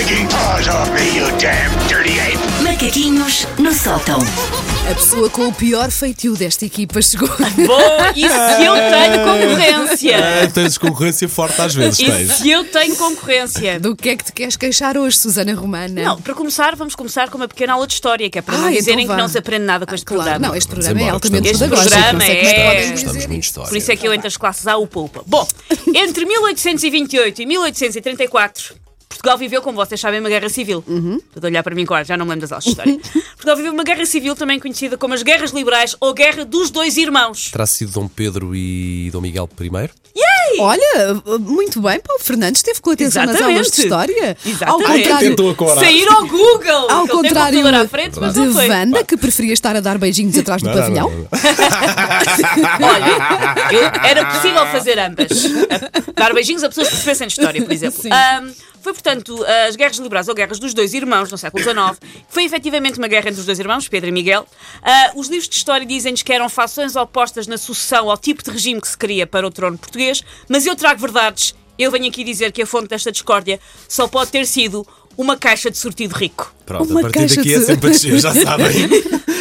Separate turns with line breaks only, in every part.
hands off me, you damn dirty ape!
Macaquinhos no sótão.
A pessoa com o pior feitio desta equipa chegou.
Bom, e se eu tenho concorrência?
Ah, tens concorrência forte às vezes,
E
tens.
se eu tenho concorrência?
Do que é que te queres queixar hoje, Susana Romana?
Não, para começar, vamos começar com uma pequena aula de história, que é para
Ah,
não
então
dizerem
vá.
que não se aprende nada com
Ah,
este
claro.
programa.
Não, este programa
Vamos
é
embora,
altamente
este
pedagógico. Não
programa
sei como é que
é-
podem dizer
Estamos muito
isso.
história.
Por isso é que eu entre as classes A, o poupa. Bom, entre 1828 e 1834, Portugal viveu, como vocês sabem, uma guerra civil.
Uhum.
Estou a olhar para mim agora, já não me lembro das aulas de história. Portugal viveu uma guerra civil também conhecida como as Guerras Liberais ou Guerra dos Dois Irmãos.
Terá sido Dom Pedro e Dom Miguel I?
Olha, muito bem, Paulo Fernandes teve com atenção nas aulas de história.
Exatamente.
Ao contrário,
Tentou agora.
Sair ao Google!
ao
que ele tem o
contrário
computador à frente, mas
de
não foi.
Wanda, que preferia estar a dar beijinhos atrás do
Não, não,
pavilhão.
não, não.
Olha, eu- era possível fazer ambas. Dar beijinhos a pessoas que pertencem de história, por exemplo.
Sim.
Ahm, foi, portanto, ah, as Guerras Liberais ou Guerras dos Dois Irmãos, no século XIX, que foi efetivamente uma guerra entre os dois irmãos, Pedro e Miguel. Ah, os livros de história dizem-nos que eram fações opostas na sucessão ao tipo de regime que se queria para o trono português, mas eu trago verdades. Eu venho aqui dizer que a fonte desta discórdia só pode ter sido uma caixa de sortido rico.
Pronto,
Uma
a partir
caixa
daqui
de-
é sempre a descer, já sabem.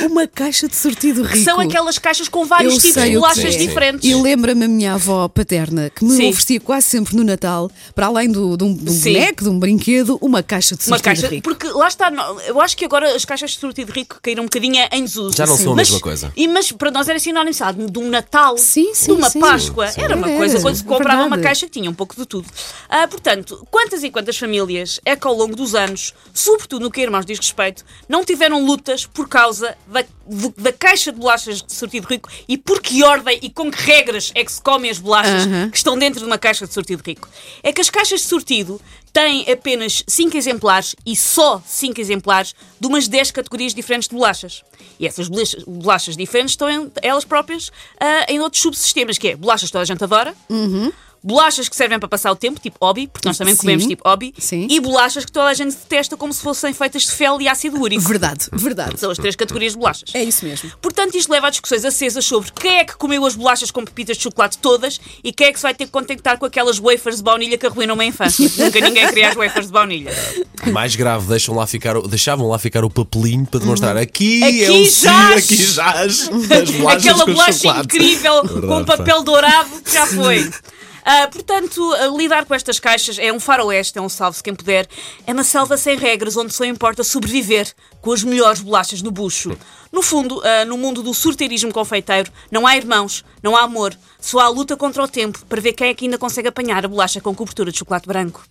Uma caixa de sortido rico.
Que são aquelas caixas com vários
Eu
tipos
sei
de
o que
bolachas
é.
diferentes.
E lembra-me a minha avó paterna que me
Sim.
oferecia quase sempre no Natal, para além do, de um, de um
Sim.
boneco, de um brinquedo, uma caixa de
Uma
sortido
caixa,
rico.
porque lá está, não- eu acho que agora as caixas de sortido rico caíram um bocadinho em desuso. assim,
Já não são a
Mas-
mesma coisa.
E, mas para nós era sinónimo, sabe, de um Natal,
Sim, sim,
de uma
sim.
Páscoa.
Sim.
Era uma
Era,
coisa quando se
é
comprava uma
verdade.
caixa que tinha um pouco de tudo. Ah, portanto, quantas e quantas famílias é que ao longo dos anos, sobretudo no que a Irmãos diz respeito, não tiveram lutas por causa da, do- da caixa de bolachas de sortido rico e por que ordem e com que regras é que se comem as bolachas
Aham.
que estão dentro de uma caixa de sortido rico. É que as caixas de sortido têm apenas 5 exemplares e só 5 exemplares de umas 10 categorias diferentes de bolachas. E essas bolachas, bolachas diferentes estão em- elas próprias ah, em outros subsistemas, que é bolachas que toda a gente adora, bolachas que servem para passar o tempo, tipo hobby, porque nós também
Sim.
comemos tipo hobby,
Sim.
e bolachas que toda a gente detesta como se fossem feitas de fel e ácido úrico.
Verdade, verdade.
São as três categorias de bolachas.
É isso mesmo.
Portanto, isto leva a discussões acesas sobre quem é que comeu as bolachas com pepitas de chocolate todas e quem é que se vai ter que contentar com aquelas wafers de baunilha que arruinam uma infância. Nunca ninguém queria as wafers de baunilha.
Mais grave, deixam lá ficar, o- deixavam lá ficar o papelinho para demonstrar aqui,
Uhum. Aqui
é o sim,
jaz.
aqui jaz das bolachas
Aquela
com
bolacha
chocolate.
incrível
Verdade,
com
pá.
papel dourado que já foi. Ah, portanto, ah, lidar com estas caixas é um faroeste, é um salve-se quem puder. É uma selva sem regras onde só importa sobreviver com as melhores bolachas no bucho. No fundo, ah, no mundo do sorteirismo confeiteiro, não há irmãos, não há amor, só há luta contra o tempo para ver quem é que ainda consegue apanhar a bolacha com cobertura de chocolate branco.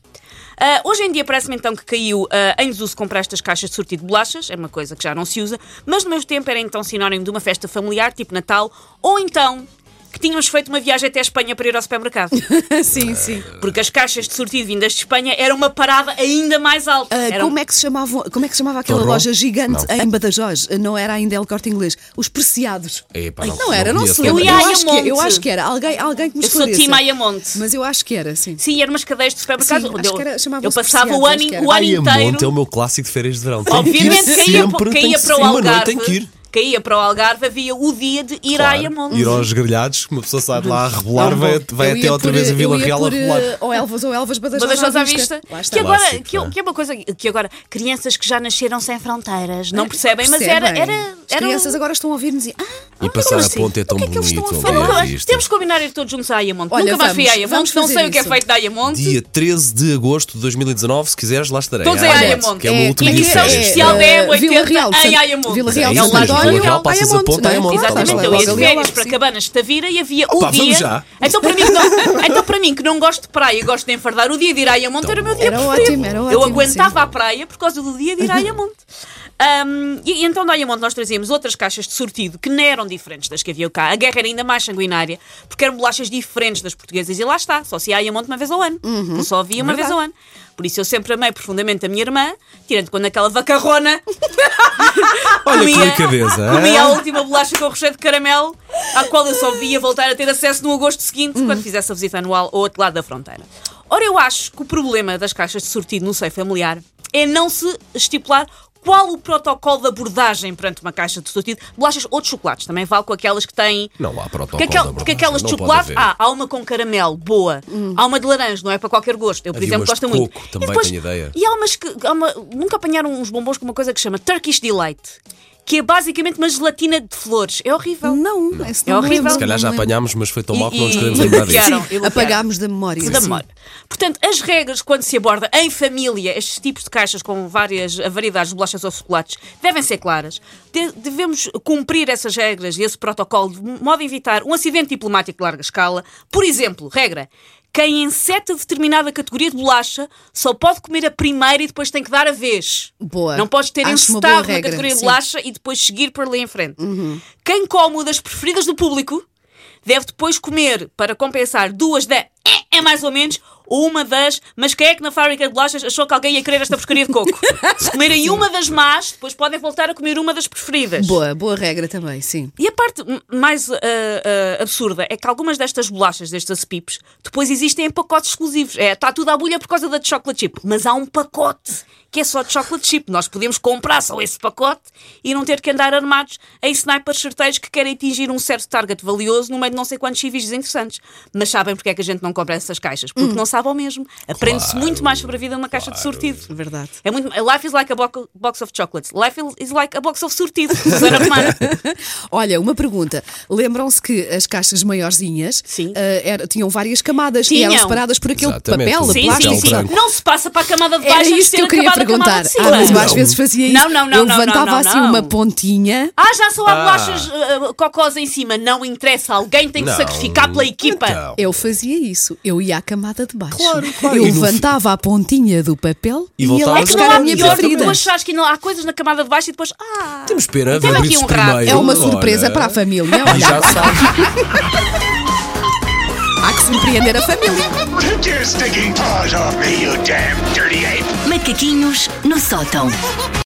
Ah, hoje em dia parece-me então que caiu ah, em desuso comprar estas caixas de sortido de bolachas, é uma coisa que já não se usa, mas no meu tempo era então sinónimo de uma festa familiar, tipo Natal, ou então que tínhamos feito uma viagem até a Espanha para ir ao supermercado.
sim, sim.
Porque as caixas de sortido vindas de Espanha eram uma parada ainda mais alta.
Ah,
Eram-
como, é que se chamavam, como é que se chamava aquela
Torró?
loja gigante
Não.
em Badajoz? Não era ainda El Corte Inglês. Os Preciados.
Epá,
Ai,
não-
não era, não
não conheço
se lembra.
também.
Eu acho, que, eu
Ayamonte.
acho que era. Alguém, alguém que me
Eu sou
esclareça.
Tim Ayamonte.
Mas eu acho que era, sim.
Sim, eram umas cadeias de supermercado.
Sim,
onde
acho
eu,
que era- chamavam-se
eu passava o
persianas,
ano,
acho que era.
o ano
Ai, a monte é
inteiro.
o meu clássico de férias de verão. é um Tem que ir
Obviamente, quem ia,
sempre,
quem
tem
ia
que
para o
ser. Uma noite
Algarve,
tem que ir.
quem ia para o Algarve havia o dia de ir a
Claro,
Ayamonte.
Ir aos grelhados, que uma pessoa sai é de lá a rebolar,
Não,
vai,
bom,
vai
eu
até
ia
outra
por,
vez a
eu
Vila
ia
Real a
por, eh,
relevar.
Ou Elvas ou Elvas Badajoz,
Badajoz à vista.
Lá está.
Que agora,
Clássico,
que, eu-
né?
que é uma coisa que agora, crianças que já nasceram sem fronteiras, não percebem, mas
É, Percebem?
era. era,
As
era um
crianças agora estão a ouvir-nos e. Ah,
E passar a ponte é tão
que é que eles
bonito.
estão a
um
falar?
dia à
Olha,
vista.
temos que combinar ir todos juntos à Ayamonte.
Olha,
Nunca mais fui à
vamos,
Ayamonte,
vamos
não sei
fazer
o que é
isso.
feito da Ayamonte.
Dia 13 de agosto de 2019, se quiseres, lá estarei.
Todos em
Ah,
Ayamonte.
Que é o
É,
último
e
dia
que
de
são
férias.
especial né? da
eh,
M80
Vila Real,
em
Santo-
Ayamonte.
Vila
É
Real,
isso
Santo
mesmo, Vila
António,
Real, passas a
Ayamonte,
ponta,
não é?
Ayamonte, está
Exatamente,
Exatamente,
lá, está
eu
lá,
ia
está
de
lá.
férias
Sim.
para Cabanas de Tavira e havia
Opa,
o
vamos já.
dia. Então para, mim, que não, então, para mim, que não gosto de praia e gosto de enfardar, o dia de ir à Ayamonte
Então
era o meu dia
Era
preferido.
ótimo, era
Eu
ótimo,
aguentava
sim.
à praia por causa do dia de ir à Ayamonte. Ahm, e, e então da Ayamonte nós trazíamos outras caixas de sortido que não eram diferentes das que havia cá. A guerra era ainda mais sanguinária porque eram bolachas diferentes das portuguesas e lá está, só se ia à Ayamonte uma vez ao ano.
Uhum.
Eu Só havia uma vez ao ano. Por isso eu sempre amei profundamente a minha irmã, tirando quando aquela vacarrona
Olha que delicadeza.
Comi a
hã?
última bolacha com recheio de caramelo, à qual eu só via voltar a ter acesso no agosto seguinte,
Hum.
quando fizesse a visita anual ao outro lado da fronteira. Ora, eu acho que o problema das caixas de sortido no seio familiar é não se estipular Qual o protocolo de abordagem perante uma caixa de sortido? Bolachas ou de chocolates? Também vale com aquelas que têm.
Não há protocolo
Porque,
de
porque
abordagem,
aquelas de
não pode
chocolate.
haver. Hum.
Ah, há uma com caramelo, boa. Há uma de laranja, não é para qualquer gosto. Eu, por
Havia
exemplo,
umas de
gosto muito.
coco,
E
também tenho ideia.
E há umas que. há uma- nunca apanharam uns bombons com uma coisa que chama Turkish Delight, que é basicamente uma gelatina de flores. É horrível.
Não, esse
É
não me
horrível.
lembro,
Se calhar
não
já
me lembro.
apanhámos, mas foi tão mal que não nos
E-
queremos
e-
lembrar disso.
bloquearam,
Sim,
eu bloquearam.
apagámos da memória.
da
sim.
memória. Portanto, as regras quando se aborda em família estes tipos de caixas com várias variedades de bolachas ou chocolates devem ser claras. De- devemos cumprir essas regras e esse protocolo de modo a evitar um acidente diplomático de larga escala. Por exemplo, regra. Quem enceta determinada categoria de bolacha só pode comer a primeira e depois tem que dar a vez.
Boa.
Não podes ter
Acho uma boa
encetado uma
regra,
categoria de
sim.
bolacha e depois seguir por ali em frente. Quem come uma das preferidas do público deve depois comer, para compensar, duas da é, é mais ou menos, ou uma das mas quem é que na fábrica de bolachas achou que alguém ia querer esta porcaria de coco? Se comerem uma das más, depois podem voltar a comer uma das preferidas.
Boa, boa regra também, sim.
E a parte hum, mais ah, ah, absurda é que algumas destas bolachas, destas pips, depois existem em pacotes exclusivos. É, está tudo à bolha por causa da de chocolate chip. Mas há um pacote que é só de chocolate chip. Nós podemos comprar só esse pacote e não ter que andar armados em snipers certeiros que querem atingir um certo target valioso no meio de não sei quantos civis desinteressantes. Mas sabem porque é que a gente não compra essas caixas? Porque não sabe ao mesmo. Aprende-se muito mais sobre a vida numa caixa de sortido.
Verdade.
É muito, life is like a bo- box of chocolates. Life is like a box of sortido. Susana Romana.
Olha, uma pergunta. Lembram-se que as caixas maiorzinhas
Sim.
ah, era- tinham várias camadas e eram
Tinham.
separadas por aquele
Exatamente,
papel,
um
Sim,
plástico.
sim,
papel
sim.
branco.
Não se passa para a camada de baixo
Era
antes
isto
de
que
ter
eu queria
acabado a camada
perguntar.
de cima.
Ah, mas eu às
Não.
vezes fazia isso.
Não, não, não,
Eu
não,
levantava
não,
assim
não.
uma pontinha.
Ah, já só há
Ah.
bolachas ah, cocós em cima. Não interessa. Alguém tem que
Não,
sacrificar pela equipa.
então.
Eu fazia isso. Eu ia à camada de baixo.
Claro, claro.
Eu
E no
levantava a pontinha do papel
E
e, ia lá
voltavas
É Que não
buscar
há
a minha
pior do que
preferida.
tu achares que não há coisas na camada de baixo e depois. Ah,
Temos pera,
Tem aqui
abrir-se
um rato.
primeiro.
É uma
Ora.
surpresa para a família.
E
Olha,
já sabes.
há que surpreender a família.
Take your stinking paws off me, you damn dirty ape!
Macaquinhos no sótão.